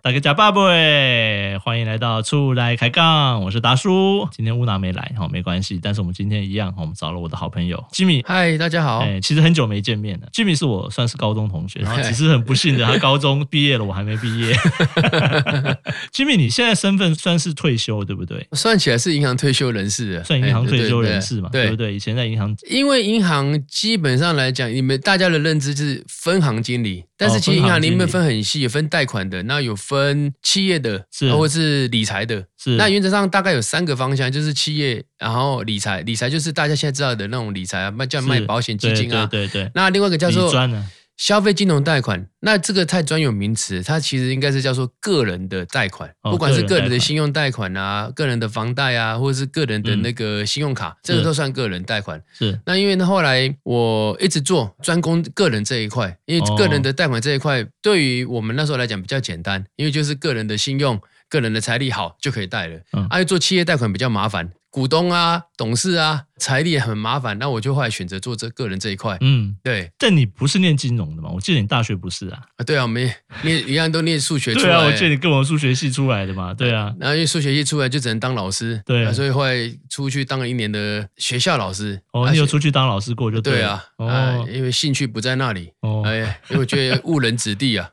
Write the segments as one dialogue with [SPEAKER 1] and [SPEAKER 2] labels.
[SPEAKER 1] 大家假爸爸，欢迎来到出来开杠，我是达叔。今天乌娜没来，好、没关系，但是我们今天一样，好我们找了我的好朋友 Jimmy。
[SPEAKER 2] 嗨，大家好。
[SPEAKER 1] 哎、其实很久没见面了。Jimmy 是我算是高中同学，然 后只是很不幸的，他高中毕业了，我还没毕业。Jimmy，你现在身份算是退休，对不对？
[SPEAKER 2] 算起来是银行退休人士了，
[SPEAKER 1] 算银行
[SPEAKER 2] 哎对
[SPEAKER 1] 退休
[SPEAKER 2] 对
[SPEAKER 1] 人士嘛，
[SPEAKER 2] 对
[SPEAKER 1] 不对？以前在银行
[SPEAKER 2] 因为银行基本上来讲，你们大家的认知就是分行经理，但
[SPEAKER 1] 哦
[SPEAKER 2] 是其实银行里面分很细，有分贷款的，那有分企业的，哦
[SPEAKER 1] 是
[SPEAKER 2] 或者是理财的。
[SPEAKER 1] 是
[SPEAKER 2] 那原则上大概有三个方向，就是企业，然后理财，理财就是大家现在知道的那种理财啊，卖叫卖
[SPEAKER 1] 是
[SPEAKER 2] 保险基金啊。
[SPEAKER 1] 对对对
[SPEAKER 2] 那另外一个叫
[SPEAKER 1] 对，
[SPEAKER 2] 做
[SPEAKER 1] 理专啊呢？
[SPEAKER 2] 消费金融贷款，那这个太专有名词，它其实应该是叫做个人的贷款，
[SPEAKER 1] 哦
[SPEAKER 2] 不管是个人
[SPEAKER 1] 个人贷
[SPEAKER 2] 的
[SPEAKER 1] 款
[SPEAKER 2] 信用贷款啊、个人的房贷啊，或者是个人的
[SPEAKER 1] 嗯
[SPEAKER 2] 那个信用卡，这个都算个人贷款。
[SPEAKER 1] 是
[SPEAKER 2] 那因为呢，后来我一直做专攻个人这一块，因
[SPEAKER 1] 哦
[SPEAKER 2] 为个人的贷款这一块、对于我们那时候来讲比较简单，因为就是个人的信用、个人的财力好就可以贷了。
[SPEAKER 1] 嗯
[SPEAKER 2] 嗯，啊，做企业贷款比较麻烦，股东啊、董事啊，财力也很麻烦，那我就后来选择做这个人这一块。
[SPEAKER 1] 嗯。
[SPEAKER 2] 对
[SPEAKER 1] 但你不是念金融的嘛？我记得你大学不是啊？
[SPEAKER 2] 啊，对啊，我们也念一样都念数学出
[SPEAKER 1] 对
[SPEAKER 2] 来。欸
[SPEAKER 1] 啊，我记得你跟我数学系出来的嘛？对啊，
[SPEAKER 2] 然后因为数学系出来就只能当老师，
[SPEAKER 1] 对
[SPEAKER 2] 啊所以后来出去当了一年的学校老师。
[SPEAKER 1] 哦，
[SPEAKER 2] 啊
[SPEAKER 1] 你有
[SPEAKER 2] 学
[SPEAKER 1] 出去当老师过就
[SPEAKER 2] 对
[SPEAKER 1] 了
[SPEAKER 2] 啊，啊
[SPEAKER 1] 哦，
[SPEAKER 2] 因为兴趣不在那里，
[SPEAKER 1] 哦，
[SPEAKER 2] 哎，因为我觉得误人子 弟啊，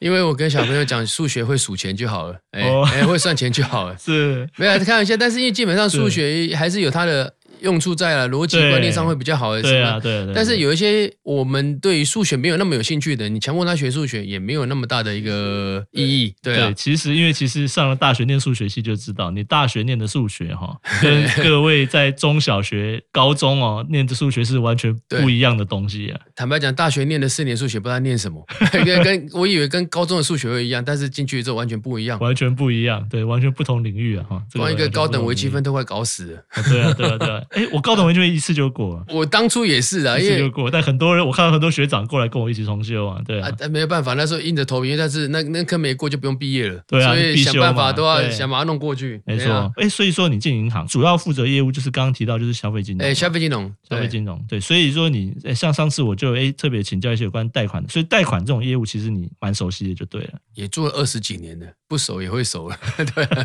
[SPEAKER 2] 因为我跟小朋友讲数学会数钱就好了，哎、
[SPEAKER 1] 哦
[SPEAKER 2] 哎会算钱就好了，
[SPEAKER 1] 是
[SPEAKER 2] 没有啊开玩笑，但是因为基本上数学还是有它的用处在啊了，逻辑观念上会比较好，
[SPEAKER 1] 对
[SPEAKER 2] 什
[SPEAKER 1] 啊，
[SPEAKER 2] 么。
[SPEAKER 1] 对啊对啊。
[SPEAKER 2] 但是
[SPEAKER 1] 对啊
[SPEAKER 2] 有一些我们对于数学没有那么有兴趣的，你强迫他学数学也没有那么大的一个意义，对啊
[SPEAKER 1] 对，，其实因为其实上了大学念数学系就知道，你大学念的数学 哈，跟各位在中小学、高中哦念的数学是完全不一样的东西 啊。
[SPEAKER 2] 坦白讲，大学念了四年数学，不知道念 什么，跟跟我以为跟高中的数学会一样，但是进去之后完全不一样，
[SPEAKER 1] 完全不一样，对，完全不同领域啊哈。这
[SPEAKER 2] 光一个
[SPEAKER 1] 完全
[SPEAKER 2] 高
[SPEAKER 1] 不同
[SPEAKER 2] 等微积
[SPEAKER 1] 领域
[SPEAKER 2] 分，都快搞死了。
[SPEAKER 1] 哦对啊，对啊，对 啊。哎，我高等微积分一次就过了。
[SPEAKER 2] 我当初也是啊，
[SPEAKER 1] 一
[SPEAKER 2] 因
[SPEAKER 1] 次就
[SPEAKER 2] 为
[SPEAKER 1] 过，但很多人我看到很多学长过来跟我一起重修啊，对啊
[SPEAKER 2] 啊，，但没有办法，那时候硬着头皮，因为但是那那科没过就不用毕业了，
[SPEAKER 1] 对啊
[SPEAKER 2] 所以
[SPEAKER 1] 必修
[SPEAKER 2] 想办法
[SPEAKER 1] 嘛
[SPEAKER 2] 都要
[SPEAKER 1] 对
[SPEAKER 2] 想把它弄过去。
[SPEAKER 1] 没
[SPEAKER 2] 对啊
[SPEAKER 1] 错，，哎、所以说你进银行主要负责业务就是刚刚提到就是消费金融嘛，
[SPEAKER 2] 哎，消费金融，
[SPEAKER 1] 消费
[SPEAKER 2] 对
[SPEAKER 1] 金融，对，所以说你、哎像上次我就哎、特别请教一些有关贷款的，所以贷款这种业务其实你蛮熟悉的就对了。
[SPEAKER 2] 也做了二十几年了，不熟也会熟了。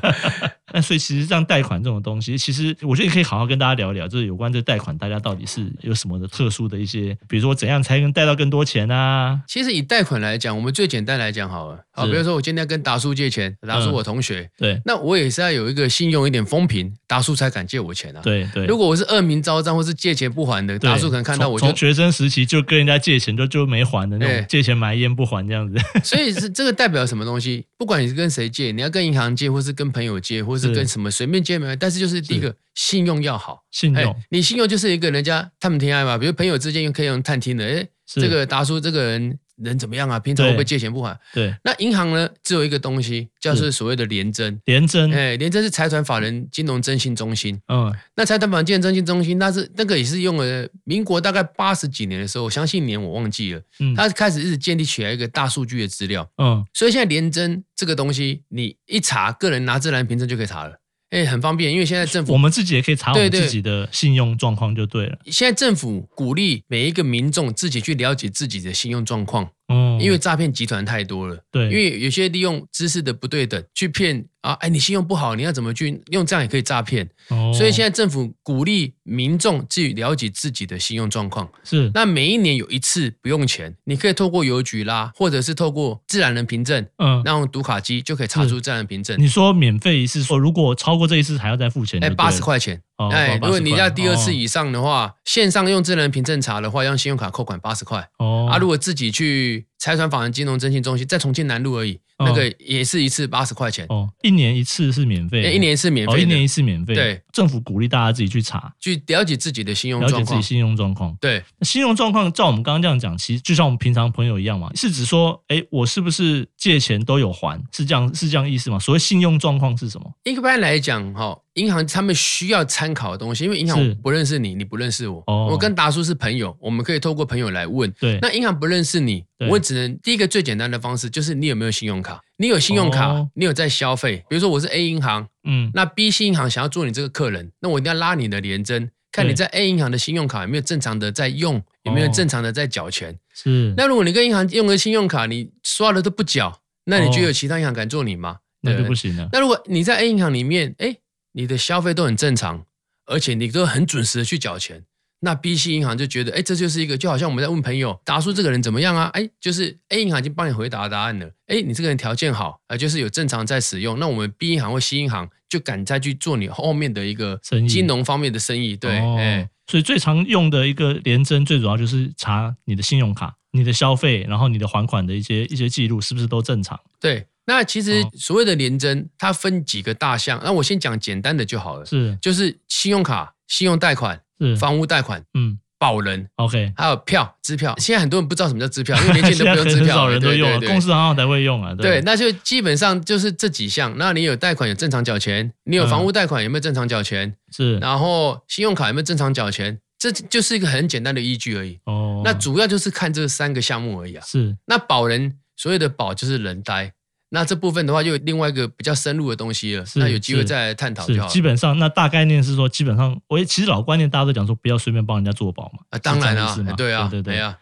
[SPEAKER 1] 那所以其实像贷款这种东西，其实我觉得你可以好好跟大家聊一聊，就是有关这贷款大家到底是有什么的特殊的一些，比如说怎样才能贷到更多钱啊？
[SPEAKER 2] 其实以贷款来讲，我们最简单来讲好了，好，
[SPEAKER 1] 是
[SPEAKER 2] 比如说我今天跟达叔借钱，达
[SPEAKER 1] 嗯
[SPEAKER 2] 叔我同学，
[SPEAKER 1] 对
[SPEAKER 2] 那我也是要有一个信用一点风评，达叔才敢借我钱啊。
[SPEAKER 1] 对对。
[SPEAKER 2] 如果我是恶名昭彰或是借钱不还的，
[SPEAKER 1] 对
[SPEAKER 2] 达叔可能看到我
[SPEAKER 1] 从
[SPEAKER 2] 就
[SPEAKER 1] 从，学生时期就跟人家借钱就就没还的那
[SPEAKER 2] 哎
[SPEAKER 1] 种，借钱买烟不还这样子。
[SPEAKER 2] 所以是这个代表什么东西？不管你是跟谁借，你要跟银行借，或是跟朋友借，或
[SPEAKER 1] 是
[SPEAKER 2] 是跟什么随便借没有，但是就是第一个信用要好。哎
[SPEAKER 1] 信用、
[SPEAKER 2] 你信用就是一个人家探听爱嘛，比如朋友之间可以用探听的，哎，
[SPEAKER 1] 是
[SPEAKER 2] 这个达叔这个人人怎么样啊？平常会不会
[SPEAKER 1] 对
[SPEAKER 2] 借钱不还？
[SPEAKER 1] 对
[SPEAKER 2] 那银行呢，只有一个东西叫做
[SPEAKER 1] 是
[SPEAKER 2] 所谓的联征。
[SPEAKER 1] 廉征，
[SPEAKER 2] 哎，联征是财团法人金融征信中心，
[SPEAKER 1] 嗯，
[SPEAKER 2] 那财团法人金融征信中心，那是那个也是用了民国大概八十几年的时候，详细年我忘记了，
[SPEAKER 1] 嗯
[SPEAKER 2] 它开始一直建立起来一个大数据的资料，
[SPEAKER 1] 嗯，
[SPEAKER 2] 所以现在联征这个东西，你一查，个人拿自然凭证就可以查了，哎，很方便，因为现在政
[SPEAKER 1] 我
[SPEAKER 2] 府
[SPEAKER 1] 们自己也可以查我们
[SPEAKER 2] 对对
[SPEAKER 1] 自己的信用状况就对了。
[SPEAKER 2] 现在政府鼓励每一个民众自己去了解自己的信用状况，
[SPEAKER 1] 嗯，
[SPEAKER 2] 因为诈骗集团太多了。
[SPEAKER 1] 对，
[SPEAKER 2] 因为有些利用知识的不对等去骗啊，哎，你信用不好，你要怎么去用这样也可以诈骗？
[SPEAKER 1] 哦
[SPEAKER 2] 所以现在政府鼓励民众自己了解自己的信用状况。
[SPEAKER 1] 是
[SPEAKER 2] 那每一年有一次不用钱，你可以透过邮局啦，或者是透过自然人凭证，
[SPEAKER 1] 嗯，
[SPEAKER 2] 那用读卡机就可以查
[SPEAKER 1] 是
[SPEAKER 2] 出自然人凭证。
[SPEAKER 1] 你说免费一次，说如果超过这一次还要再付钱，
[SPEAKER 2] 哎，八十，块钱。
[SPEAKER 1] 哦
[SPEAKER 2] 哎，如果你要第二次
[SPEAKER 1] 以
[SPEAKER 2] 以上的话，线上用智能凭证查的话，用信用卡扣款八十块。
[SPEAKER 1] 哦，
[SPEAKER 2] 啊，如
[SPEAKER 1] 果
[SPEAKER 2] 果自己去财团法人金融征信中心，在重庆南路而已，
[SPEAKER 1] 哦
[SPEAKER 2] 那个也是一次八十块钱，
[SPEAKER 1] 哦，一年一次是免费
[SPEAKER 2] 哎
[SPEAKER 1] 的，
[SPEAKER 2] 一年是免
[SPEAKER 1] 哦，
[SPEAKER 2] 费
[SPEAKER 1] 一年
[SPEAKER 2] 的
[SPEAKER 1] 一。次免费，
[SPEAKER 2] 对，
[SPEAKER 1] 政府鼓励大家自己去查，
[SPEAKER 2] 去了解自己的信用
[SPEAKER 1] 了解
[SPEAKER 2] 状
[SPEAKER 1] 自己
[SPEAKER 2] 况，
[SPEAKER 1] 信用状况。
[SPEAKER 2] 对，
[SPEAKER 1] 信用状况，照我们刚刚这样讲，其实就像我们平常朋友一样嘛，是指说，哎，我是不是借钱都有还，是这样是这样意思吗？所谓信用状况是什么？
[SPEAKER 2] 一般来讲，哈，银行他们需要参考的东西，因为银行
[SPEAKER 1] 是
[SPEAKER 2] 我不认识你，你不认识我，
[SPEAKER 1] 哦
[SPEAKER 2] 我跟达叔是朋友，我们可以透过朋友来问。
[SPEAKER 1] 对，
[SPEAKER 2] 那银行不认识你，
[SPEAKER 1] 对
[SPEAKER 2] 我只能第一个最简单的方式就是你有没有信用卡？你有信用卡，
[SPEAKER 1] 哦
[SPEAKER 2] 你有在消费。比如说我是 A 银行，
[SPEAKER 1] 嗯，
[SPEAKER 2] 那 B 新银行想要做你这个客人，那我一定要拉你的连征，看你
[SPEAKER 1] 对
[SPEAKER 2] 在 A 银行的信用卡有没有正常的在用，有没有
[SPEAKER 1] 哦
[SPEAKER 2] 正常的在缴钱。
[SPEAKER 1] 是，
[SPEAKER 2] 那如果你跟银行用的信用卡，你刷了都不缴，那你觉得
[SPEAKER 1] 哦
[SPEAKER 2] 有其他银行敢做你吗？
[SPEAKER 1] 那就
[SPEAKER 2] 对
[SPEAKER 1] 不行了。
[SPEAKER 2] 那如果你在 A 银行里面，哎，你的消费都很正常，而且你都很准时的去缴钱，那 B、C 银行就觉得，哎，这就是一个就好像我们在问朋友，达叔这个人怎么样啊？哎，就是 A 银行已经帮你回答答案了，哎，你这个人条件好啊、就是有正常在使用，那我们 B 银行或 C 银行就敢再去做你后面的一个
[SPEAKER 1] 生意
[SPEAKER 2] 金融方面的生意，对，
[SPEAKER 1] 哦
[SPEAKER 2] 哎、
[SPEAKER 1] 所以最常用的一个连征，最主要就是查你的信用卡、你的消费，然后你的还款的一些一些记录是不是都正常？
[SPEAKER 2] 对。那其实
[SPEAKER 1] 哦
[SPEAKER 2] 所谓的联征，它分几个大项，那我先讲简单的就好了，
[SPEAKER 1] 是
[SPEAKER 2] 就是信用卡、信用贷款、
[SPEAKER 1] 是，
[SPEAKER 2] 房屋贷款、
[SPEAKER 1] 嗯
[SPEAKER 2] 保人，
[SPEAKER 1] ，OK。
[SPEAKER 2] 还有票、支票。现在很多人不知道什么叫 支票，因为年轻
[SPEAKER 1] 现
[SPEAKER 2] 人
[SPEAKER 1] 在
[SPEAKER 2] 都不用
[SPEAKER 1] 很
[SPEAKER 2] 支
[SPEAKER 1] 很
[SPEAKER 2] 票
[SPEAKER 1] 少
[SPEAKER 2] 了，
[SPEAKER 1] 人都
[SPEAKER 2] 对
[SPEAKER 1] 用
[SPEAKER 2] 对
[SPEAKER 1] 了，
[SPEAKER 2] 对
[SPEAKER 1] 公司行号才会用啊。
[SPEAKER 2] 对，
[SPEAKER 1] 对，
[SPEAKER 2] 那就基本上就是这几项。那你有贷款有正常缴钱，你有
[SPEAKER 1] 嗯
[SPEAKER 2] 房屋贷款有没有正常缴钱，
[SPEAKER 1] 是
[SPEAKER 2] 然后信用卡有没有正常缴钱，这就是一个很简单的依据而已。
[SPEAKER 1] 哦，
[SPEAKER 2] 那主要就是看这三个项目而已啊。
[SPEAKER 1] 是
[SPEAKER 2] 那保人所谓的保就是人呆，那这部分的话又有另外一个比较深入的东西了，
[SPEAKER 1] 是
[SPEAKER 2] 那有机会
[SPEAKER 1] 是
[SPEAKER 2] 再来探讨就是好，了
[SPEAKER 1] 基。本上那大概念是说，基本上我也其实老观念大家都讲说，不要随便帮人家做保嘛。
[SPEAKER 2] 啊，当然啊
[SPEAKER 1] 是这样意思吗，
[SPEAKER 2] 对啊，
[SPEAKER 1] 对对
[SPEAKER 2] 哎
[SPEAKER 1] 对，
[SPEAKER 2] 呀，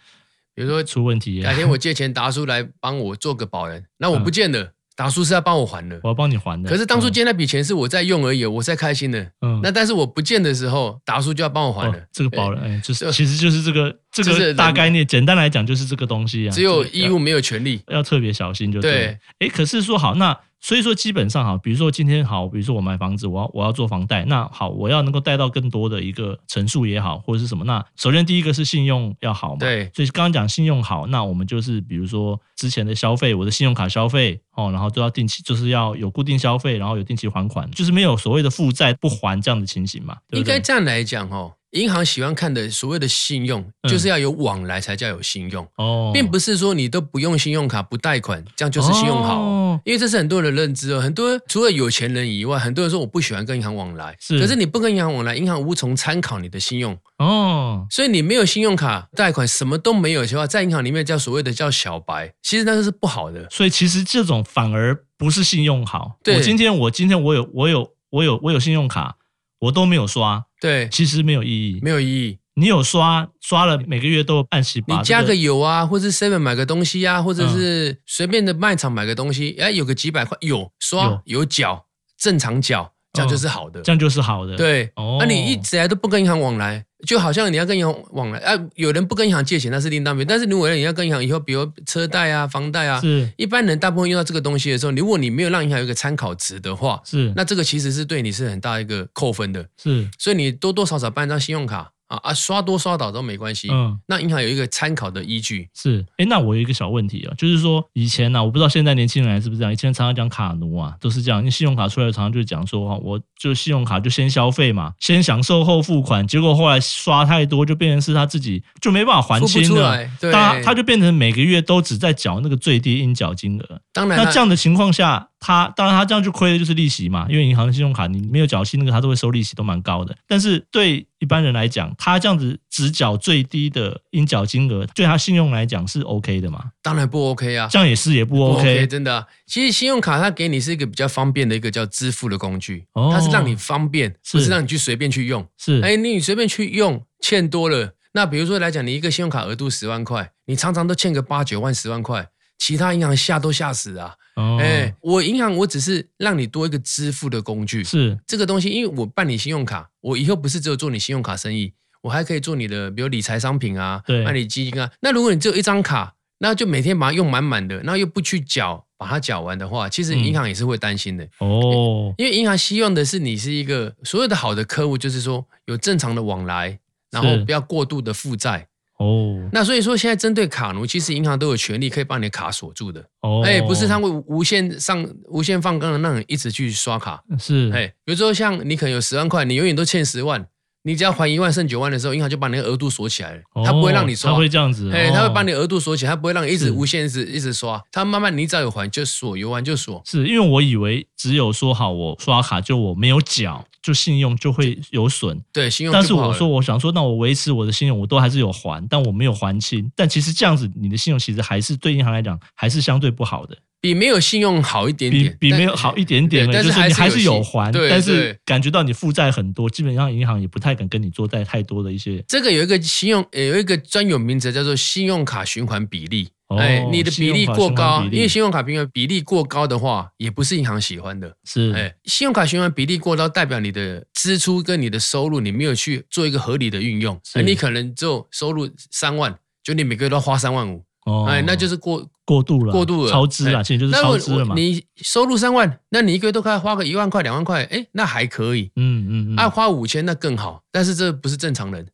[SPEAKER 2] 比如说
[SPEAKER 1] 出问题啊
[SPEAKER 2] 改天我借钱达叔来帮我做个保人，那我不见了，达叔是要帮我还的
[SPEAKER 1] 我。要帮你嗯还的。
[SPEAKER 2] 可是当初
[SPEAKER 1] 嗯
[SPEAKER 2] 借那笔钱是我在用而已，我在开心的。
[SPEAKER 1] 嗯
[SPEAKER 2] 那但是我不见的时候，达叔就要帮我还
[SPEAKER 1] 哦
[SPEAKER 2] 了。
[SPEAKER 1] 这个保人，哎，就是
[SPEAKER 2] 这
[SPEAKER 1] 其实就是这个这
[SPEAKER 2] 就是
[SPEAKER 1] 个
[SPEAKER 2] 人
[SPEAKER 1] 大概念，简单来讲就是这个东西啊，
[SPEAKER 2] 只有
[SPEAKER 1] 这个嗯
[SPEAKER 2] 义务没有权利。
[SPEAKER 1] 要特别小心就对了
[SPEAKER 2] 对。
[SPEAKER 1] 哎，可是说好，那所以说基本上好，比如说今天好，比如说我买房子，我要我要做房贷，那好，我要能够贷到更多的一个层数也好，或者是什么。那首先第一个是信用要好嘛，
[SPEAKER 2] 对
[SPEAKER 1] 所以刚刚讲信用好，那我们就是比如说之前的消费，我的信用卡消费哦，然后都要定期，就是要有固定消费，然后有定期还款，就是没有所谓的负债不还这样的情形嘛，对
[SPEAKER 2] 应
[SPEAKER 1] 不对
[SPEAKER 2] 该这样来讲哦，银行喜欢看的所谓的信用，
[SPEAKER 1] 嗯
[SPEAKER 2] 就是要有往来才叫有信用，
[SPEAKER 1] 哦，
[SPEAKER 2] 并不是说你都不用信用卡不贷款，这样就是信用好哦。
[SPEAKER 1] 哦
[SPEAKER 2] 因为这是很多人的认知哦，很多除了有钱人以外，很多人说我不喜欢跟银行往来，
[SPEAKER 1] 是
[SPEAKER 2] 可是你不跟银行往来，银行无从参考你的信用，
[SPEAKER 1] 哦，
[SPEAKER 2] 所以你没有信用卡贷款，什么都没有的话，在银行里面叫所谓的叫小白，其实那是不好的。
[SPEAKER 1] 所以其实这种反而不是信用好。
[SPEAKER 2] 对
[SPEAKER 1] 我今天我今天我有我有我有我有信用卡，我都没有刷，
[SPEAKER 2] 对，
[SPEAKER 1] 其实没有意义。
[SPEAKER 2] 没有意义。
[SPEAKER 1] 你有刷，刷了每个月都有按时把、
[SPEAKER 2] 你加个油啊，或是 seven 买个东西啊，或者
[SPEAKER 1] 嗯
[SPEAKER 2] 是随便的卖场买个东西，哎、有个几百块，有刷有缴，正常缴，这样就是好的。
[SPEAKER 1] 哦这样就是好的。，
[SPEAKER 2] 对，那、
[SPEAKER 1] 哦
[SPEAKER 2] 啊你一直来都不跟银行往来，就好像你要跟银行往来，啊，有人不跟银行借钱那是另当别论，但是如果你要跟银行以后，比如车贷啊、房贷啊，
[SPEAKER 1] 是
[SPEAKER 2] 一般人大部分用到这个东西的时候，如果你没有让银行有一个参考值的话，
[SPEAKER 1] 是
[SPEAKER 2] 那这个其实是对你是很大一个扣分的，
[SPEAKER 1] 是，
[SPEAKER 2] 所以你多多少少办一张信用卡啊啊，刷多刷少都没关系。
[SPEAKER 1] 嗯。
[SPEAKER 2] 那银行有一个参考的依据，
[SPEAKER 1] 是，哎，那我有一个小问题啊，就是说以前呢、我不知道现在年轻人还是不是这样，以前常常讲卡奴啊，都是这样，因为信用卡出来常常就讲说，哦我就信用卡就先消费嘛，先享受后付款，结果后来刷太多，就变成是他自己就没办法还
[SPEAKER 2] 付不
[SPEAKER 1] 清
[SPEAKER 2] 出
[SPEAKER 1] 了，
[SPEAKER 2] 来，对，
[SPEAKER 1] 他他就变成每个月都只在缴那个最低应缴金额。
[SPEAKER 2] 当然
[SPEAKER 1] 那
[SPEAKER 2] 啦
[SPEAKER 1] 这样的情况下，他当然他这样就亏的就是利息嘛，因为银行信用卡你没有缴清那个，他都会收利息，都蛮高的。但是对一般人来讲，他这样子只缴最低的应缴金额，对他信用来讲是 OK 的嘛？
[SPEAKER 2] 当然不 OK 啊，
[SPEAKER 1] 这样也是也不 OK，,
[SPEAKER 2] 真的啊、其实信用卡它给你是一个比较方便的一个叫支付的工具，
[SPEAKER 1] 哦
[SPEAKER 2] 它是让你方便，
[SPEAKER 1] 是
[SPEAKER 2] 不是让你去随便去用。
[SPEAKER 1] 是、
[SPEAKER 2] 哎，你随便去用，欠多了，那比如说来讲，你一个信用卡额度十万块，你常常都欠个八九万、十万块，其他银行吓都吓死啊！
[SPEAKER 1] 哦
[SPEAKER 2] 哎，我银行我只是让你多一个支付的工具，
[SPEAKER 1] 是
[SPEAKER 2] 这个东西，因为我办你信用卡，我以后不是只有做你信用卡生意，我还可以做你的，比如理财商品啊，
[SPEAKER 1] 对
[SPEAKER 2] 卖你基金啊。那如果你只有一张卡，那就每天把它用满满的，那又不去缴，把它缴完的话，其实
[SPEAKER 1] 嗯
[SPEAKER 2] 银行也是会担心的，
[SPEAKER 1] 哦
[SPEAKER 2] 因为银行希望的是你是一个所有的好的客户，就是说有正常的往来，然后不要过度的负债。
[SPEAKER 1] 哦
[SPEAKER 2] 那所以说，现在针对卡奴，其实银行都有权利可以把你的卡锁住的。
[SPEAKER 1] 哦，
[SPEAKER 2] 哎、不是他会无限上、无限放刚的让你一直去刷卡。
[SPEAKER 1] 是
[SPEAKER 2] 哎，比如说像你可能有十万块，你永远都欠十万，你只要还一万剩九万的时候，银行就把你的额度锁起来了，他不会让你刷
[SPEAKER 1] 哦他。会这样子，哦
[SPEAKER 2] 哎，他会把
[SPEAKER 1] 你。
[SPEAKER 2] 你额度锁起来，他不会让你一直
[SPEAKER 1] 是
[SPEAKER 2] 无限一直一直刷，他慢慢你只要有还就锁，有还就锁。
[SPEAKER 1] 是因为我以为只有说好我刷卡就我没有缴，就信用就会有损。
[SPEAKER 2] 对，信用
[SPEAKER 1] 但
[SPEAKER 2] 就是不好
[SPEAKER 1] 我
[SPEAKER 2] 了
[SPEAKER 1] 说我想说，那我维持我的信用，我都还是有还，但我没有还清。但其实这样子，你的信用其实还是对银行来讲还是相对不好的，
[SPEAKER 2] 比没有信用好一点
[SPEAKER 1] 比
[SPEAKER 2] 点，
[SPEAKER 1] 比
[SPEAKER 2] 但
[SPEAKER 1] 没有好一点点而
[SPEAKER 2] 对
[SPEAKER 1] 已。
[SPEAKER 2] 但
[SPEAKER 1] 就是
[SPEAKER 2] 还
[SPEAKER 1] 你
[SPEAKER 2] 是
[SPEAKER 1] 还是有
[SPEAKER 2] 信
[SPEAKER 1] 还，
[SPEAKER 2] 对
[SPEAKER 1] 但是
[SPEAKER 2] 对
[SPEAKER 1] 感觉到你负债很多，基本上银行也不太敢跟你做贷太多的一些
[SPEAKER 2] 这个有一个信用，呃有一个专有名词叫做信用卡循环比例。
[SPEAKER 1] 哦
[SPEAKER 2] 哎，你的比例过高，因为
[SPEAKER 1] 信
[SPEAKER 2] 信用卡平衡比例过高的话，也不是银行喜欢的。
[SPEAKER 1] 用卡循环比例是
[SPEAKER 2] 哎，信用卡循环比例过高，代表你的支出跟你的收入，你没有去做一个合理的运用。
[SPEAKER 1] 是
[SPEAKER 2] 哎，你可能只有收入三万，就你每个月都要花三万五，
[SPEAKER 1] 哦，
[SPEAKER 2] 哎，那就是过
[SPEAKER 1] 过度了，
[SPEAKER 2] 过度了，
[SPEAKER 1] 超支了，
[SPEAKER 2] 哎
[SPEAKER 1] 其实就是
[SPEAKER 2] 那
[SPEAKER 1] 超
[SPEAKER 2] 我
[SPEAKER 1] 支了嘛。
[SPEAKER 2] 我你收入三万，那你一个月都该花个一万块、两万块，哎，那还可以。
[SPEAKER 1] 嗯嗯嗯，
[SPEAKER 2] 啊，花五千那更好，但是这不是正常人。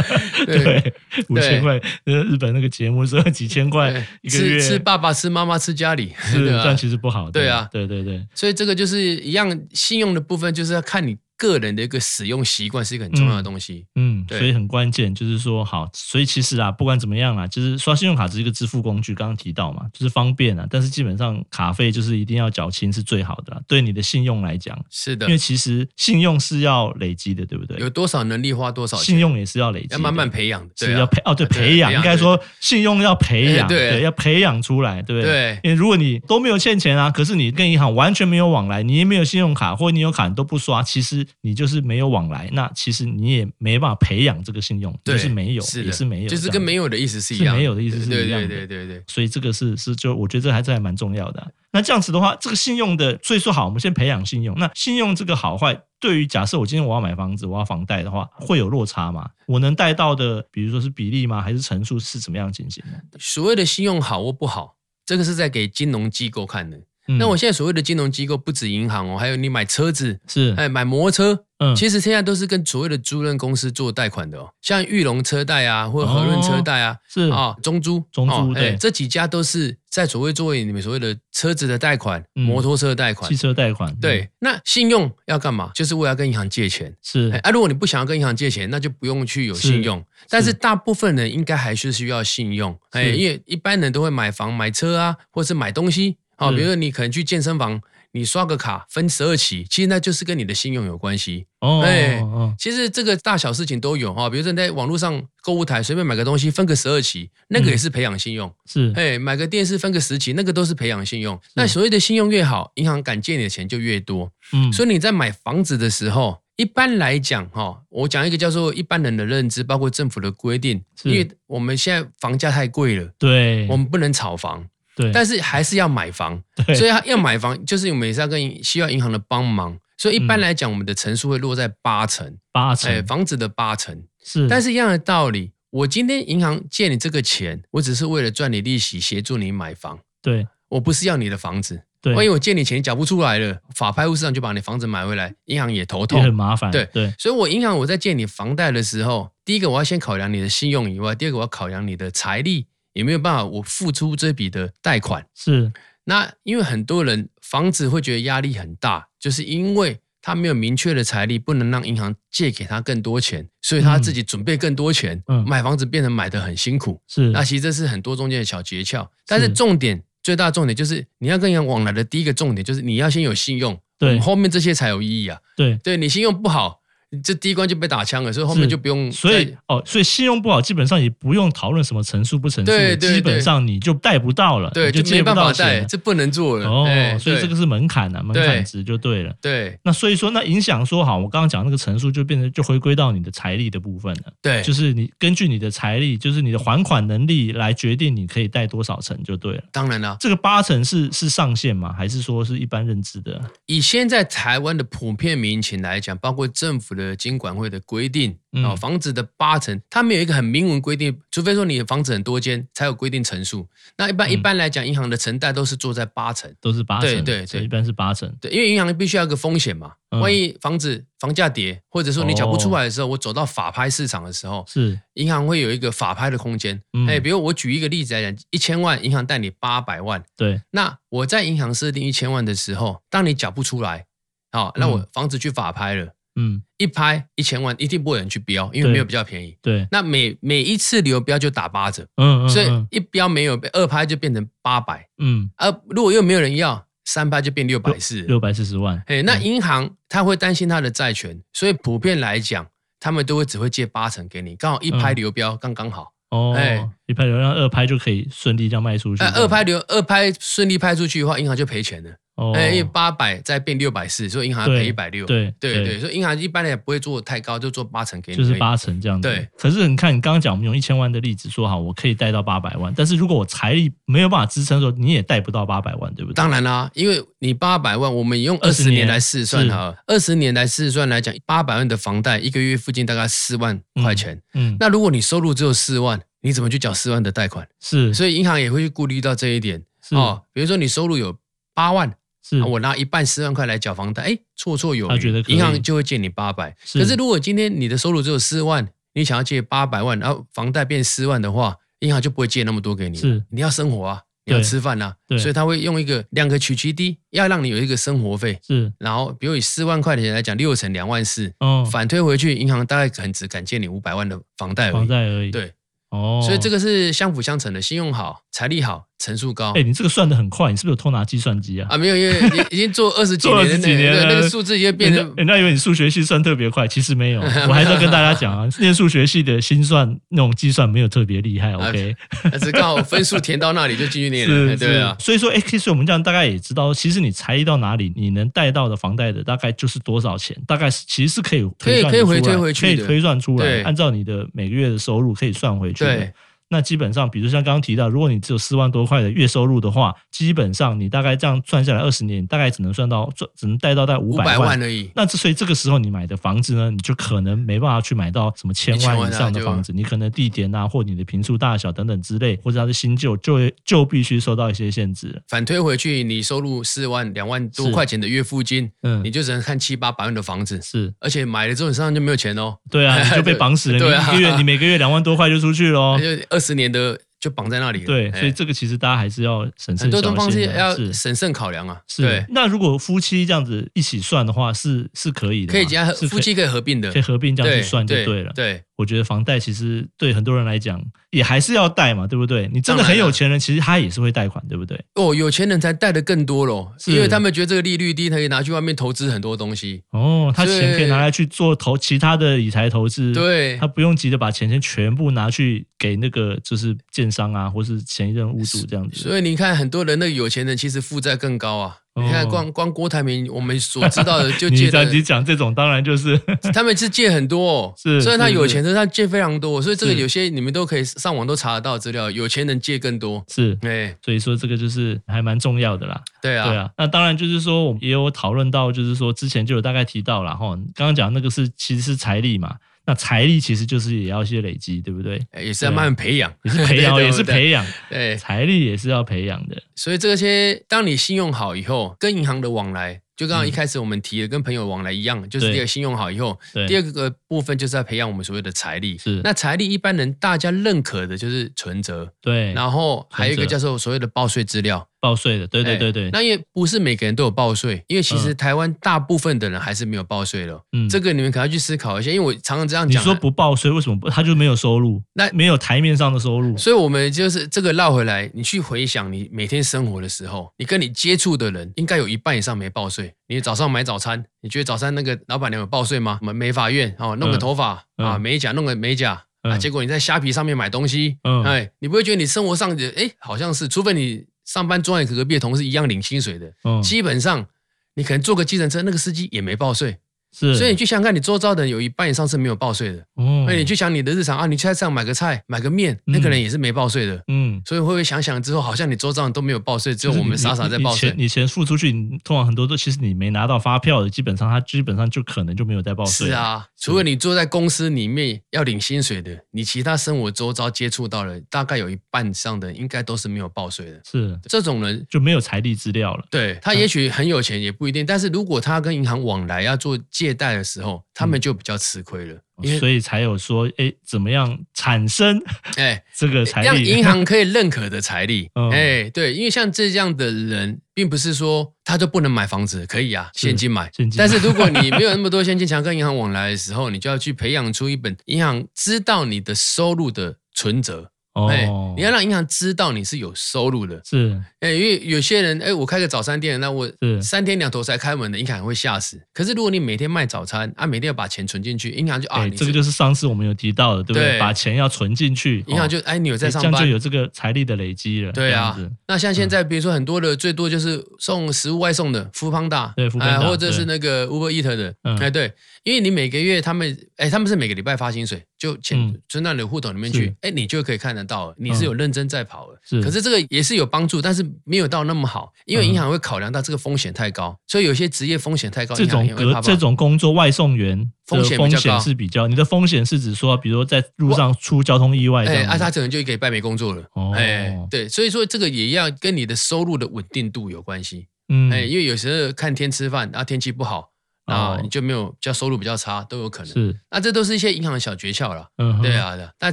[SPEAKER 1] 对，五千块，呃日本那个节目是几千块
[SPEAKER 2] 对
[SPEAKER 1] 一个月
[SPEAKER 2] 哎吃吃爸爸吃妈妈吃家里，
[SPEAKER 1] 是，
[SPEAKER 2] 对
[SPEAKER 1] 这
[SPEAKER 2] 吧
[SPEAKER 1] 样？其实不好。
[SPEAKER 2] 对啊
[SPEAKER 1] 对对对，
[SPEAKER 2] 所以这个就是一样，信用的部分就是要看你个人的一个使用习惯是一个很重要的东西。
[SPEAKER 1] 嗯，
[SPEAKER 2] 对
[SPEAKER 1] 所以很关键，就是说好，所以其实啊，不管怎么样啊，就是刷信用卡只是一个支付工具，刚刚提到嘛，就是方便啊，但是基本上卡费就是一定要缴清是最好的啦，对你的信用来讲，
[SPEAKER 2] 是的
[SPEAKER 1] 因，为其实信用是要累积的，对不对？
[SPEAKER 2] 有多少能力花多少钱，
[SPEAKER 1] 信用也是要累积的，
[SPEAKER 2] 要慢慢培养的，
[SPEAKER 1] 是
[SPEAKER 2] 对啊
[SPEAKER 1] 要培哦，对，
[SPEAKER 2] 对
[SPEAKER 1] 培养
[SPEAKER 2] 培
[SPEAKER 1] 应
[SPEAKER 2] 养
[SPEAKER 1] 该说信用要培养，
[SPEAKER 2] 哎对
[SPEAKER 1] 对，要培养出来，对不对
[SPEAKER 2] 对？
[SPEAKER 1] 因为如果你都没有欠钱啊，可是你跟银行完全没有往来，你也没有信用卡，或者你有卡你都不刷，其实你就是没有往来，那其实你也没办法培养这个信用，
[SPEAKER 2] 对
[SPEAKER 1] 就是没有，
[SPEAKER 2] 是的
[SPEAKER 1] 也是没有，
[SPEAKER 2] 就是跟没
[SPEAKER 1] 有。
[SPEAKER 2] 有的意思是一
[SPEAKER 1] 是
[SPEAKER 2] 样，
[SPEAKER 1] 没有的意思是
[SPEAKER 2] 对
[SPEAKER 1] 一样的
[SPEAKER 2] 对对对对，
[SPEAKER 1] 所以这个是是就我觉得这还是还蛮重要的啊、那这样子的话，这个信用的，所以说好，我们先培养信用。那信用这个好坏，对于假设我今天我要买房子，我要房贷的话，会有落差吗？我能贷到的，比如说是比例吗？还是乘数是怎么样进行的？
[SPEAKER 2] 所谓的信用好或不好，这个是在给金融机构看的。
[SPEAKER 1] 嗯
[SPEAKER 2] 那我现在所谓的金融机构不止银行哦，还有你买车子，
[SPEAKER 1] 是
[SPEAKER 2] 哎，买摩托车，
[SPEAKER 1] 嗯，
[SPEAKER 2] 其实现在都是跟所谓的租赁公司做贷款的哦，像裕隆车贷啊，或者和润车贷啊，
[SPEAKER 1] 哦是
[SPEAKER 2] 啊、中租、
[SPEAKER 1] 中租
[SPEAKER 2] 哦哎
[SPEAKER 1] 对
[SPEAKER 2] 这几家都是在所谓作为你们所谓的车子的贷款、
[SPEAKER 1] 嗯
[SPEAKER 2] 摩托车的贷款
[SPEAKER 1] 汽。车贷款，嗯
[SPEAKER 2] 对，那信用要干嘛？就是为了要跟银行借钱。哎，
[SPEAKER 1] 是
[SPEAKER 2] 啊，如果你不想要跟银行借钱，那就不用去有
[SPEAKER 1] 是
[SPEAKER 2] 信用。但是大部分人应该还是需要信用，哎，
[SPEAKER 1] 是
[SPEAKER 2] 因为一般人都会买房、买车啊，或是买东西。好、
[SPEAKER 1] 是
[SPEAKER 2] 比如说你可能去健身房，你刷个卡分十二期，其实那就是跟你的信用有关系。
[SPEAKER 1] 哦，
[SPEAKER 2] 哎
[SPEAKER 1] 哦
[SPEAKER 2] 其实这个大小事情都有哦哈、比如说你在网络上购物台随便买个东西分个十二期，那个也是培养信用。
[SPEAKER 1] 是
[SPEAKER 2] 哎、买个电视分个十期，那个都是培养信用。那所谓的信用越好，银行敢借你的钱就越多。
[SPEAKER 1] 嗯，
[SPEAKER 2] 所以你在买房子的时候，一般来讲哈、我讲一个叫做一般人的认知，包括政府的规定，
[SPEAKER 1] 是嗯
[SPEAKER 2] 因为我们现在房价太贵了，
[SPEAKER 1] 对，
[SPEAKER 2] 我们不能炒房，
[SPEAKER 1] 对，
[SPEAKER 2] 但是还是要买房。
[SPEAKER 1] 嗯对
[SPEAKER 2] 所以要买房，就是我们也是要跟银需要银行的帮忙。所以一般来讲，我们的层数会落在八成，
[SPEAKER 1] 八
[SPEAKER 2] 哎、
[SPEAKER 1] 成
[SPEAKER 2] 房子的八成。
[SPEAKER 1] 是，
[SPEAKER 2] 但
[SPEAKER 1] 是
[SPEAKER 2] 是一样的道理，我今天银行借你这个钱，我只是为了赚你利息，协助你买房，
[SPEAKER 1] 对
[SPEAKER 2] 我不是要你的房子。
[SPEAKER 1] 对，
[SPEAKER 2] 万一我借你钱，你缴不出来了，法拍屋市场就把你房子买回来，银行也头
[SPEAKER 1] 也很
[SPEAKER 2] 痛。
[SPEAKER 1] 麻烦，
[SPEAKER 2] 对
[SPEAKER 1] 对，
[SPEAKER 2] 所以，我银行我在借你房贷的时候，第一个我要先考量你的信用以外，第二个我要考量你的财力有没有办法我付出这笔的贷款。
[SPEAKER 1] 是
[SPEAKER 2] 那因为很多人房子会觉得压力很大，就是因为他没有明确的财力，不能让银行借给他更多钱，所以他自己准备更多钱，
[SPEAKER 1] 嗯
[SPEAKER 2] 买房子变成买的很辛苦。
[SPEAKER 1] 是
[SPEAKER 2] 那其实这是很多中间的小诀窍，但是重点最大的重点就是你要跟银行往来的第一个重点就是你要先有信用，
[SPEAKER 1] 对
[SPEAKER 2] 我们后面这些才有意义啊。
[SPEAKER 1] 对。
[SPEAKER 2] 对你信用不好，你这第一关就被打枪了，所以后
[SPEAKER 1] 是
[SPEAKER 2] 面就不用再。
[SPEAKER 1] 所以哦，所以信用不好，基本上也不用讨论什么乘数不乘数，
[SPEAKER 2] 对对
[SPEAKER 1] 基本
[SPEAKER 2] 对
[SPEAKER 1] 上你就贷不到了，
[SPEAKER 2] 对
[SPEAKER 1] 你就
[SPEAKER 2] 就
[SPEAKER 1] 借
[SPEAKER 2] 没
[SPEAKER 1] 不
[SPEAKER 2] 办
[SPEAKER 1] 到
[SPEAKER 2] 法
[SPEAKER 1] 钱
[SPEAKER 2] 贷，
[SPEAKER 1] 了。
[SPEAKER 2] 这不能做了。哎
[SPEAKER 1] 哦，所以
[SPEAKER 2] 对
[SPEAKER 1] 这个是门槛啊，门槛
[SPEAKER 2] 对
[SPEAKER 1] 值就对了。
[SPEAKER 2] 对
[SPEAKER 1] 那所以说，那影响说好，我刚刚讲那个乘数就变成就回归到你的财力的部分了。
[SPEAKER 2] 对，
[SPEAKER 1] 就是你根据你的财力，就是你的还款能力来决定你可以贷多少成就对了。
[SPEAKER 2] 当然啦，
[SPEAKER 1] 这个八成是是上限吗？还是说是一般认知的？
[SPEAKER 2] 以现在台湾的普遍民情来讲，包括政府的金管会的规定啊、
[SPEAKER 1] 嗯
[SPEAKER 2] 哦房子的八成，它没有一个很明文规定，除非说你的房子很多间才有规定层数。那一般、
[SPEAKER 1] 嗯
[SPEAKER 2] 一般来讲，银行的承贷都是做在八成。
[SPEAKER 1] 都是八成，
[SPEAKER 2] 对对
[SPEAKER 1] 所以
[SPEAKER 2] 对
[SPEAKER 1] 一般是八成。
[SPEAKER 2] 对，因为银行必须要有一个风险嘛，
[SPEAKER 1] 嗯哦
[SPEAKER 2] 万一房子房价跌，或者说你缴不出来的时候，我走到法拍市场的时候，
[SPEAKER 1] 是
[SPEAKER 2] 银行会有一个法拍的空间。
[SPEAKER 1] 嗯
[SPEAKER 2] 哎、比如我举一个例子来讲，一千万银行贷你八百万，
[SPEAKER 1] 对，
[SPEAKER 2] 那我在银行设定一千万的时候，当你缴不出来，好、那我房子去法拍了，
[SPEAKER 1] 嗯，
[SPEAKER 2] 一拍一千万，一定不会有人去标，因为
[SPEAKER 1] 对
[SPEAKER 2] 没有比较便宜。
[SPEAKER 1] 对，
[SPEAKER 2] 那每每一次流标就打八折，
[SPEAKER 1] 嗯嗯，
[SPEAKER 2] 所以
[SPEAKER 1] 嗯
[SPEAKER 2] 一标没有，二拍就变成八百，
[SPEAKER 1] 嗯，
[SPEAKER 2] 而如果又没有人要，三拍就变六百四。
[SPEAKER 1] 六百四十万，
[SPEAKER 2] 哎，那
[SPEAKER 1] 嗯
[SPEAKER 2] 银行他会担心他的债权，所以普遍来讲，他们都会只会借八成给你，刚好一拍
[SPEAKER 1] 嗯
[SPEAKER 2] 流标刚刚好。
[SPEAKER 1] 哦
[SPEAKER 2] 哎，
[SPEAKER 1] 一拍流量二拍就可以顺利这样卖出去。
[SPEAKER 2] 哎，二拍流二拍顺利拍出去的话，银行就赔钱了。
[SPEAKER 1] 哦，
[SPEAKER 2] 哎、因为八百再变六百四，所以银行要赔一百六。
[SPEAKER 1] 对
[SPEAKER 2] 对对，所以银行一般也不会做太高，就做八成给你。
[SPEAKER 1] 就是八成这样子。
[SPEAKER 2] 对。
[SPEAKER 1] 可是你看，你刚刚讲我们用一千万的例子说好，我可以贷到八百万，但是如果我财力没有办法支撑的时候，你也贷不到八百万，对不对？
[SPEAKER 2] 当然啦，因为你八百万，我们用二
[SPEAKER 1] 20
[SPEAKER 2] 十
[SPEAKER 1] 年
[SPEAKER 2] 年来试算好了，二十年来试算来讲，八百万的房贷一个月附近大概四万块钱。
[SPEAKER 1] 嗯，
[SPEAKER 2] 那如果你收入只有四万，你怎么去缴四万的贷款？
[SPEAKER 1] 是
[SPEAKER 2] 所以银行也会去顾虑到这一点
[SPEAKER 1] 是
[SPEAKER 2] 哦。比如说你收入有八万，
[SPEAKER 1] 是
[SPEAKER 2] 啊我拿一半四万块来缴房贷，哎，绰绰有
[SPEAKER 1] 他觉得
[SPEAKER 2] 余，
[SPEAKER 1] 可以
[SPEAKER 2] 银行就会借你八百。
[SPEAKER 1] 是
[SPEAKER 2] 可是如果今天你的收入只有四万，你想要借八百万，然后房贷变四万的话，银行就不会借那么多给你。
[SPEAKER 1] 是，
[SPEAKER 2] 你要生活啊，你
[SPEAKER 1] 对
[SPEAKER 2] 要吃饭啊，
[SPEAKER 1] 对
[SPEAKER 2] 所以他会用一个两个取其低，要让你有一个生活费。
[SPEAKER 1] 是
[SPEAKER 2] 然后，比如以四万块钱来讲，六成两万四，
[SPEAKER 1] 哦，
[SPEAKER 2] 反推回去，银行大概可能只敢借你五百万的房贷而
[SPEAKER 1] 房
[SPEAKER 2] 已。
[SPEAKER 1] 贷而已。
[SPEAKER 2] 对，
[SPEAKER 1] 哦，
[SPEAKER 2] 所以这
[SPEAKER 1] 个
[SPEAKER 2] 个是相辅相成的，信用好，财力好，层数高。
[SPEAKER 1] 哎，你这个算的很快，你是不是有偷拿计算机啊？
[SPEAKER 2] 哦啊，没有，因为已已经做二十 几
[SPEAKER 1] 做了
[SPEAKER 2] 年
[SPEAKER 1] 十
[SPEAKER 2] 的
[SPEAKER 1] 几
[SPEAKER 2] 那
[SPEAKER 1] 年
[SPEAKER 2] 个，
[SPEAKER 1] 了
[SPEAKER 2] 对那个数字也变
[SPEAKER 1] 人家
[SPEAKER 2] 成
[SPEAKER 1] 人家以为你数学系算特别快，其实没有。 我还是要跟大家讲啊，念数学系的心算那种计算没有特别厉害。OK，
[SPEAKER 2] 但是刚好分数填到那里就进去啊念了，
[SPEAKER 1] 是，
[SPEAKER 2] 对
[SPEAKER 1] 是
[SPEAKER 2] 啊，
[SPEAKER 1] 所以说，哎，其实我们这样大概也知道，其实你财力到哪里，你能贷到的房贷的大概就是多少钱，大概是其实是可以
[SPEAKER 2] 可以
[SPEAKER 1] 推算
[SPEAKER 2] 可以
[SPEAKER 1] 得
[SPEAKER 2] 回
[SPEAKER 1] 出来
[SPEAKER 2] 推回去
[SPEAKER 1] 可以
[SPEAKER 2] 的
[SPEAKER 1] 推算出来，
[SPEAKER 2] 对
[SPEAKER 1] 按照你的每个月的收入可以算回去的
[SPEAKER 2] 对。
[SPEAKER 1] 那基本上，比如像刚刚提到，如果你只有四万多块的月收入的话，基本上你大概这样算下来二十年，大概只能算到赚，只能贷到大概五
[SPEAKER 2] 五
[SPEAKER 1] 百
[SPEAKER 2] 百
[SPEAKER 1] 万
[SPEAKER 2] 万而已。
[SPEAKER 1] 那之所以这个时候你买的房子呢，你就可能没办法去买到什么千
[SPEAKER 2] 一千
[SPEAKER 1] 万
[SPEAKER 2] 万
[SPEAKER 1] 以
[SPEAKER 2] 啊
[SPEAKER 1] 上的
[SPEAKER 2] 就
[SPEAKER 1] 房子，你可能地点啊，或你的平数大小等等之类，或者它的新旧，就就必须受到一些限制。
[SPEAKER 2] 反推回去，你收入四万两万多
[SPEAKER 1] 是
[SPEAKER 2] 块钱的月付金，
[SPEAKER 1] 嗯
[SPEAKER 2] 你，就只能看七八百万的房子，
[SPEAKER 1] 是
[SPEAKER 2] 而且买了之后你身上就没有钱哦，
[SPEAKER 1] 对啊，你就被绑 死了。
[SPEAKER 2] 对啊哎
[SPEAKER 1] 你一个月你每个月两万多块就出去喽
[SPEAKER 2] 那。就二十年的就绑在那里了。
[SPEAKER 1] 哦对，
[SPEAKER 2] 哎
[SPEAKER 1] 所以这个其实大家还是要审慎小
[SPEAKER 2] 很多东方
[SPEAKER 1] 心
[SPEAKER 2] 是
[SPEAKER 1] 的。
[SPEAKER 2] 要
[SPEAKER 1] 是
[SPEAKER 2] 审慎考量啊。
[SPEAKER 1] 是
[SPEAKER 2] 对，，
[SPEAKER 1] 那如果夫妻这样子一起算的话，是是可以的嘛，
[SPEAKER 2] 可以加合
[SPEAKER 1] 是
[SPEAKER 2] 夫妻可以合并的
[SPEAKER 1] 可以，合并这样去
[SPEAKER 2] 对
[SPEAKER 1] 算就
[SPEAKER 2] 对
[SPEAKER 1] 了。
[SPEAKER 2] 对，
[SPEAKER 1] 我觉得房贷其实对很多人来讲也还是要贷嘛，对不对？你真的很有钱人，其实他也是会贷款，对不对？
[SPEAKER 2] 哦，有钱人才贷的更多咯，
[SPEAKER 1] 是
[SPEAKER 2] 因为他们觉得这个利率低，可以拿去外面投资很多东西。
[SPEAKER 1] 哦，他钱
[SPEAKER 2] 对
[SPEAKER 1] 可以拿来去做投其他的理财投资，，
[SPEAKER 2] 对
[SPEAKER 1] 他，不用急着把钱先全部拿去给那个就是建商啊，或是前一任屋主这样子。
[SPEAKER 2] 所以你看，很多人那个有钱人其实负债更高啊。
[SPEAKER 1] 哦
[SPEAKER 2] 你看，光光郭台铭，我们所知道的 就
[SPEAKER 1] 你
[SPEAKER 2] 借
[SPEAKER 1] 讲
[SPEAKER 2] 的，
[SPEAKER 1] 你讲这种，当然就是
[SPEAKER 2] 他们是借很多、哦。
[SPEAKER 1] 是
[SPEAKER 2] 虽然他
[SPEAKER 1] 是
[SPEAKER 2] 有
[SPEAKER 1] 是
[SPEAKER 2] 钱，但是他借非常多，哦所以这个
[SPEAKER 1] 是。
[SPEAKER 2] 有些你们都可以上网都查得到资料，有钱人借更多
[SPEAKER 1] 是，
[SPEAKER 2] 哎，
[SPEAKER 1] 所以说这个就是还蛮重要的啦。
[SPEAKER 2] 对啊，
[SPEAKER 1] 对啊，那当然就是说，我们也有讨论到，就是说之前就有大概提到了哈，刚刚讲那个是其实是财力嘛，那财力其实就是也要一些累积，对不对？
[SPEAKER 2] 哎也是要慢慢培养，
[SPEAKER 1] 啊也是培养，
[SPEAKER 2] 对
[SPEAKER 1] 也是。培养，
[SPEAKER 2] 对对，对
[SPEAKER 1] 财力也是要培养的，
[SPEAKER 2] 所以这些，当你信用好以后，跟银行的往来，就刚刚一开始我们提的，跟朋友往来一样，就是
[SPEAKER 1] 对
[SPEAKER 2] 第二个信用好以后，
[SPEAKER 1] 对，
[SPEAKER 2] 第二个部分就是要培养我们所谓的财力。
[SPEAKER 1] 是
[SPEAKER 2] 那财力一般人大家认可的就是存折，
[SPEAKER 1] 对
[SPEAKER 2] 然后还有一
[SPEAKER 1] 存
[SPEAKER 2] 个
[SPEAKER 1] 折
[SPEAKER 2] 叫做所谓的报税资料。
[SPEAKER 1] 报税的，对对
[SPEAKER 2] 哎
[SPEAKER 1] 对对，
[SPEAKER 2] 那也不是每个人都有报税，因为其实
[SPEAKER 1] 嗯
[SPEAKER 2] 台湾大部分的人还是没有报税了。
[SPEAKER 1] 嗯
[SPEAKER 2] 这个你们可能要去思考一下，因为我常常这样
[SPEAKER 1] 你
[SPEAKER 2] 讲啊。
[SPEAKER 1] 说不报税，为什么不？他就没有收入，
[SPEAKER 2] 那
[SPEAKER 1] 没有台面上的收入，
[SPEAKER 2] 所以，我们就是这个绕回来，你去回想你每天生活的时候，你跟你接触的人，应该有一半以上没报税。你早上买早餐，你觉得早餐那个老板娘有报税吗？我们美发院哦，弄个
[SPEAKER 1] 嗯
[SPEAKER 2] 头发、
[SPEAKER 1] 嗯
[SPEAKER 2] 啊，美甲弄个美甲、啊，
[SPEAKER 1] 嗯
[SPEAKER 2] 结果你在虾皮上面买东西，
[SPEAKER 1] 嗯
[SPEAKER 2] 哎，你不会觉得你生活上的哎好像是，除非你上班赚和隔壁的同事一样领薪水的，
[SPEAKER 1] 嗯，
[SPEAKER 2] 基本上你可能坐个计程车，那个司机也没报税。
[SPEAKER 1] 是，
[SPEAKER 2] 所以你去想想看，你周遭的人有一半以上是没有报税的。
[SPEAKER 1] 哦
[SPEAKER 2] 那、，你去想你的日常啊，你去菜市场买个菜、买个面，那个人也是没报税的。
[SPEAKER 1] 嗯，
[SPEAKER 2] 所以会不会想想之后，好像你桌上都没有报税，只有
[SPEAKER 1] 就是
[SPEAKER 2] 我们
[SPEAKER 1] 你
[SPEAKER 2] 傻傻在报
[SPEAKER 1] 你
[SPEAKER 2] 税
[SPEAKER 1] 钱，？你钱付出去，你通常很多都其实你没拿到发票的，基本上他基本上就可能就没有在报税，
[SPEAKER 2] 是，啊，除了你坐在公司里面要领薪水的，你其他生活周遭接触到了，大概有一半以上的人应该都是没有报税的。
[SPEAKER 1] 是
[SPEAKER 2] 这种人，
[SPEAKER 1] 就没有财力资料了。
[SPEAKER 2] 对他也许很有钱也不一定，但是如果他跟银行往来要做借贷的时候，他们就比较吃亏了，因
[SPEAKER 1] 嗯
[SPEAKER 2] 为
[SPEAKER 1] 哦所以才有说，哎，怎么样产生
[SPEAKER 2] 哎，
[SPEAKER 1] 这个财
[SPEAKER 2] 让
[SPEAKER 1] 力？
[SPEAKER 2] 银行可以认可的 财力。哎、
[SPEAKER 1] 嗯
[SPEAKER 2] 对，因为像这样的人，并不是说他就不能买房子，可以啊，
[SPEAKER 1] 是
[SPEAKER 2] 现金买。
[SPEAKER 1] 现金买
[SPEAKER 2] 但是如果你没有那么多现金，想要跟银行往来的时候，你就要去培养出一本银行知道你的收入的存折。哎、
[SPEAKER 1] 哦，
[SPEAKER 2] 你要让银行知道你是有收入的，
[SPEAKER 1] 是
[SPEAKER 2] 哎、因为有些人，哎、我开个早餐店，那我
[SPEAKER 1] 是
[SPEAKER 2] 三天两头才开门的，银行会吓死。可是如果你每天卖早餐，啊，每天要把钱存进去，银行就啊，
[SPEAKER 1] 哎，
[SPEAKER 2] 你
[SPEAKER 1] 这个就是上次我们有提到的，对不对？
[SPEAKER 2] 对
[SPEAKER 1] 把钱要存进去，
[SPEAKER 2] 银行
[SPEAKER 1] 哦
[SPEAKER 2] 就哎、你有在
[SPEAKER 1] 哎
[SPEAKER 2] 上
[SPEAKER 1] 这样
[SPEAKER 2] 班
[SPEAKER 1] 就，有这个财力的累积了。
[SPEAKER 2] 对啊
[SPEAKER 1] 这样子，嗯
[SPEAKER 2] 那像现在，比如说很多的，最多就是送食物外送的，富邦达，哎
[SPEAKER 1] 对 Foodpanda，
[SPEAKER 2] 或者是那个 Uber Eat 的，
[SPEAKER 1] 嗯
[SPEAKER 2] 哎，对，因为你每个月他们，哎，他们是每个礼拜发薪水，就钱
[SPEAKER 1] 嗯
[SPEAKER 2] 存到你的户头里面去
[SPEAKER 1] 是，嗯
[SPEAKER 2] 哎，你就可以看得到了，你是有认真在跑的。
[SPEAKER 1] 是嗯
[SPEAKER 2] 可是这个也是有帮助，但是没有到那么好，因为银行会考量到这个风险太高，所以有些职业风险太高，
[SPEAKER 1] 这
[SPEAKER 2] 银行
[SPEAKER 1] 种
[SPEAKER 2] 也会
[SPEAKER 1] 格
[SPEAKER 2] 怕怕
[SPEAKER 1] 这种工作外送员
[SPEAKER 2] 风
[SPEAKER 1] 的
[SPEAKER 2] 险比
[SPEAKER 1] 风
[SPEAKER 2] 较
[SPEAKER 1] 险
[SPEAKER 2] 高
[SPEAKER 1] 是比较，你的风险是指说，比如说在路上出交通意外这
[SPEAKER 2] 哎，
[SPEAKER 1] 样
[SPEAKER 2] 啊，
[SPEAKER 1] 子。
[SPEAKER 2] 他可能就一个礼拜没工作了。
[SPEAKER 1] 哦
[SPEAKER 2] 哎，对，所以说这个也要跟你的收入的稳定度有关系。
[SPEAKER 1] 嗯，
[SPEAKER 2] 哎、因为有时候看天吃饭，啊，天气不好，啊
[SPEAKER 1] 哦，
[SPEAKER 2] 你就没有，比较收入比较差，都有可能。
[SPEAKER 1] 是，
[SPEAKER 2] 那这都是一些银行的小诀窍啦。
[SPEAKER 1] 嗯，
[SPEAKER 2] 对，啊的，但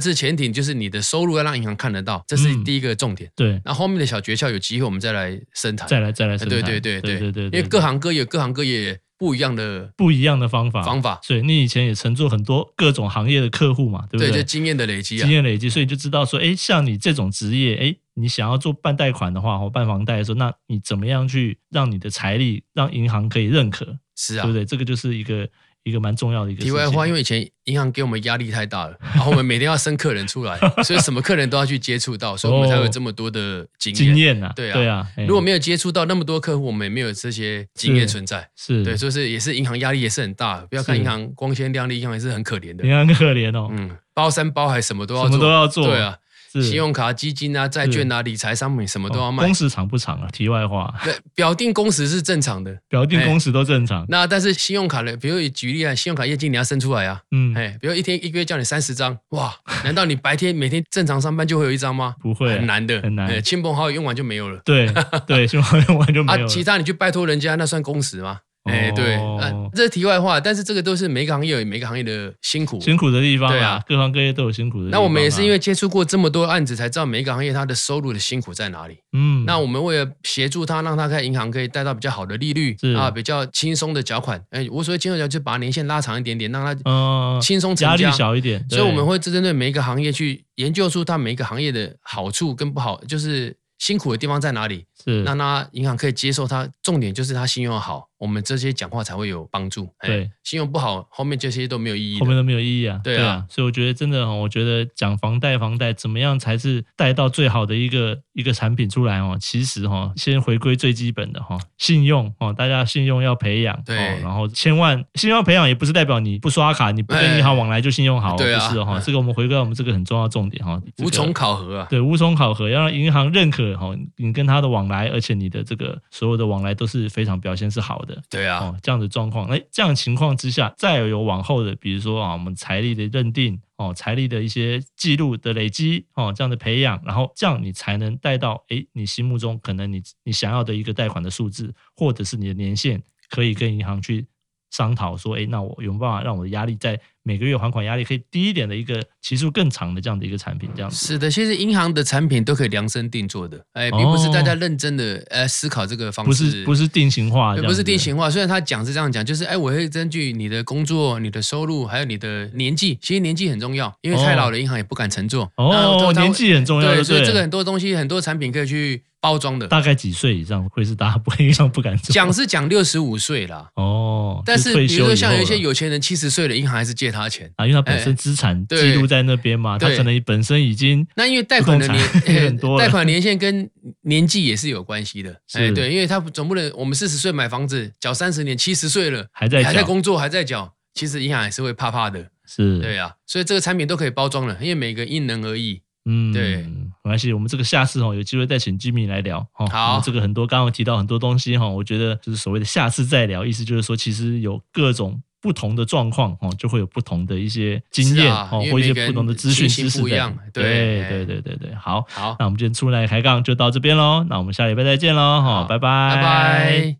[SPEAKER 2] 是前提就是你的收入要让银行看得到，这是
[SPEAKER 1] 嗯
[SPEAKER 2] 第一个重点。
[SPEAKER 1] 对，
[SPEAKER 2] 那后面的小诀窍有机会我们再来深谈。
[SPEAKER 1] 再来再来
[SPEAKER 2] 哎
[SPEAKER 1] 生
[SPEAKER 2] 对
[SPEAKER 1] 产，
[SPEAKER 2] 对对
[SPEAKER 1] 对对
[SPEAKER 2] 对
[SPEAKER 1] 对，
[SPEAKER 2] 因为各行各业有各行各业不一样的
[SPEAKER 1] 不一样的方法，
[SPEAKER 2] 方法，
[SPEAKER 1] 所以你以前也乘坐很多各种行业的客户嘛，对不
[SPEAKER 2] 对，就
[SPEAKER 1] 对？
[SPEAKER 2] 经验的累积啊
[SPEAKER 1] 经。验累积，所以你就知道说，哎，像你这种职业，哎，你想要做办贷款的话，或办房贷的时候，那你怎么样去让你的财力让银行可以认可，
[SPEAKER 2] 是
[SPEAKER 1] 对
[SPEAKER 2] 啊
[SPEAKER 1] 不。对？这个就是一个一个蛮重要的一个
[SPEAKER 2] 题外话，因
[SPEAKER 1] 为
[SPEAKER 2] 为以前银行给我们压力 太大了，然后我们每天要生客人出来，所以什么客人都要去接触到，所以我们才有这么多的经验
[SPEAKER 1] 哦经。验啊，
[SPEAKER 2] 对啊
[SPEAKER 1] 对啊，哎
[SPEAKER 2] 如果没有接触到那么多客户，我们也没有这些经验
[SPEAKER 1] 是
[SPEAKER 2] 存在。
[SPEAKER 1] 是
[SPEAKER 2] 对，所以是也是银行压力也是很大。不要看银行光鲜亮丽，银行也是很可怜的
[SPEAKER 1] 银。行可怜哦，
[SPEAKER 2] 嗯，包山包海，什么都要
[SPEAKER 1] 什
[SPEAKER 2] 做，
[SPEAKER 1] 么都要做，
[SPEAKER 2] 对，啊，
[SPEAKER 1] 是哦
[SPEAKER 2] 信用卡、基金啊、债券啊、理财商品什么都要卖
[SPEAKER 1] 工。时长不长啊，题外话，
[SPEAKER 2] 对，表定工时是正常的。
[SPEAKER 1] 表定
[SPEAKER 2] 哎
[SPEAKER 1] 工时都正常，
[SPEAKER 2] 那但是信用卡的，比如举例啊，信用卡业绩你要生出来啊。
[SPEAKER 1] 嗯，
[SPEAKER 2] 哎，比如一天一个月叫你三十张，哇，难道你白天每天正常上班就会有一张吗？
[SPEAKER 1] 不会啊
[SPEAKER 2] 很难的，
[SPEAKER 1] 很难
[SPEAKER 2] 哎亲朋好友用完就没有了。
[SPEAKER 1] 对对，信用用完就没有
[SPEAKER 2] 啊，
[SPEAKER 1] 了，
[SPEAKER 2] 其他你去拜托人家，那算工时吗？哎、
[SPEAKER 1] 哦
[SPEAKER 2] 对，啊，这是题外话，但是这个都是每个行业有每个行业的辛苦。
[SPEAKER 1] 辛苦的地方
[SPEAKER 2] 对
[SPEAKER 1] 啊
[SPEAKER 2] 啊，
[SPEAKER 1] 各行各业都有辛苦的地方啊。
[SPEAKER 2] 那我们也是因为接触过这么多案子，才知道每个行业它的收入的辛苦在哪里。
[SPEAKER 1] 嗯，
[SPEAKER 2] 那我们为了协助他，让他在银行可以贷到比较好的利率
[SPEAKER 1] 是
[SPEAKER 2] 啊，比较轻松的缴款。哎，我所谓轻松缴，就是把年限拉长一点点，让他
[SPEAKER 1] 嗯
[SPEAKER 2] 轻松成
[SPEAKER 1] 压力
[SPEAKER 2] 家
[SPEAKER 1] 小一点，
[SPEAKER 2] 所以我们
[SPEAKER 1] 会
[SPEAKER 2] 会针对每一个行业去研究出它每一个行业的好处跟不好，就是辛苦的地方在哪里，
[SPEAKER 1] 是
[SPEAKER 2] 让它银行可以接受它。重点就是它信用好，我们这些讲话才会有帮助。哎
[SPEAKER 1] 对，
[SPEAKER 2] 信用不好，后面这些都没有意义
[SPEAKER 1] 后面
[SPEAKER 2] 的。
[SPEAKER 1] 都没有意义啊。
[SPEAKER 2] 对啊
[SPEAKER 1] 对啊，所以我觉得真的哦，我觉得讲房贷，房贷怎么样才是贷到最好的一个一个产品出来哦？其实哦，先回归最基本的哈、哦，信用哦，大家信用要培养，
[SPEAKER 2] 对
[SPEAKER 1] 哦，然后千万信用要培养，也不是代表你不刷卡，你不跟银行往来就信用好，
[SPEAKER 2] 对啊
[SPEAKER 1] 不是哈、哦
[SPEAKER 2] 嗯。
[SPEAKER 1] 这个我们回归到我们这个很重要的重点哈、哦，这个
[SPEAKER 2] 无从考核啊，
[SPEAKER 1] 对，无从考核，要让银行认可哈、哦，你跟他的往来，而且你的这个所有的往来都是非常表现是好的。
[SPEAKER 2] 对啊，
[SPEAKER 1] 哦，这样的状况，哎，这样的情况之下，再有往后的，比如说啊，我们财力的认定，哦，财力的一些记录的累积，哦，这样的培养，然后这样你才能带到，哎，你心目中可能你你想要的一个贷款的数字，或者是你的年限，可以跟银行去商讨说，哎，那我有没有办法让我的压力在每个月还款压力可以低一点的一个期数更长的这样的一个产品，这样子。
[SPEAKER 2] 是的，其实银行的产品都可以量身定做的，哎，并不是大家认真的呃思考这个方式，
[SPEAKER 1] 哦不是不是定型化这
[SPEAKER 2] 对，
[SPEAKER 1] 样子，
[SPEAKER 2] 不是定型化。虽然他讲是这样讲，就是哎，我会根据你的工作、你的收入，还有你的年纪，其实年纪很重要，因为太老了，银行也不敢乘坐。
[SPEAKER 1] 哦，年纪很重
[SPEAKER 2] 重
[SPEAKER 1] 要，
[SPEAKER 2] 对，
[SPEAKER 1] 对
[SPEAKER 2] 所以
[SPEAKER 1] 对
[SPEAKER 2] 这个很多东西、很多产品可以去包装的。
[SPEAKER 1] 大概几岁以上会是大家不会 上不敢做
[SPEAKER 2] 讲是讲六十五岁啦，
[SPEAKER 1] 哦，
[SPEAKER 2] 但是
[SPEAKER 1] 就退
[SPEAKER 2] 比如
[SPEAKER 1] 休
[SPEAKER 2] 说
[SPEAKER 1] 以
[SPEAKER 2] 像有一些
[SPEAKER 1] 后了
[SPEAKER 2] 有钱人七十岁了，银行还是借他钱。
[SPEAKER 1] 啊，因为他本身资产记录
[SPEAKER 2] 对
[SPEAKER 1] 在那边嘛，他
[SPEAKER 2] 对
[SPEAKER 1] 可能本身已经
[SPEAKER 2] 那因为贷款的
[SPEAKER 1] 不动
[SPEAKER 2] 年 哎
[SPEAKER 1] 产也很多了
[SPEAKER 2] 贷款年限跟年纪也是有关系的，
[SPEAKER 1] 是
[SPEAKER 2] 哎，对，因为他总不能我们四十岁买房子，缴三十年，七十岁了
[SPEAKER 1] 还在
[SPEAKER 2] 还在
[SPEAKER 1] 缴，
[SPEAKER 2] 工作，还在缴，其实银行也是会怕怕的。
[SPEAKER 1] 是，
[SPEAKER 2] 对啊，所以这个产品都可以包装了，因为每个因人而异。
[SPEAKER 1] 嗯，
[SPEAKER 2] 对
[SPEAKER 1] 没关系，我们这个下次哦，有机会再请 Jimmy 来聊哦。
[SPEAKER 2] 好
[SPEAKER 1] 我们这个很多刚刚有提到很多东西哈、哦，我觉得就是所谓的下次再聊，意思就是说其实有各种。不同的状况哦，就会有不同的一些经验、
[SPEAKER 2] 是啊
[SPEAKER 1] 哦，
[SPEAKER 2] 因为
[SPEAKER 1] 或一些
[SPEAKER 2] 每个人
[SPEAKER 1] 不同的资讯
[SPEAKER 2] 情
[SPEAKER 1] 知
[SPEAKER 2] 形
[SPEAKER 1] 识
[SPEAKER 2] 不一
[SPEAKER 1] 在
[SPEAKER 2] 样
[SPEAKER 1] 里
[SPEAKER 2] 对
[SPEAKER 1] 对
[SPEAKER 2] 哎
[SPEAKER 1] 对对对对，好，
[SPEAKER 2] 好，
[SPEAKER 1] 那我们今天出来开杠就到这边喽，那我们下礼拜再见喽，哈、
[SPEAKER 2] 好
[SPEAKER 1] 拜拜，
[SPEAKER 2] 拜拜。